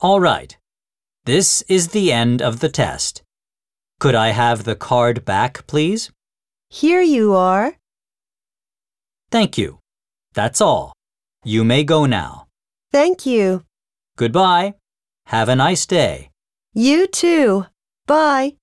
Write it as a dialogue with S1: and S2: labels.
S1: All right. This is the end of the test. Could I have the card back, please?
S2: Here you are.
S1: Thank you. That's all. You may go now.
S2: Thank you.
S1: Goodbye. Have a nice day.
S2: You too. Bye.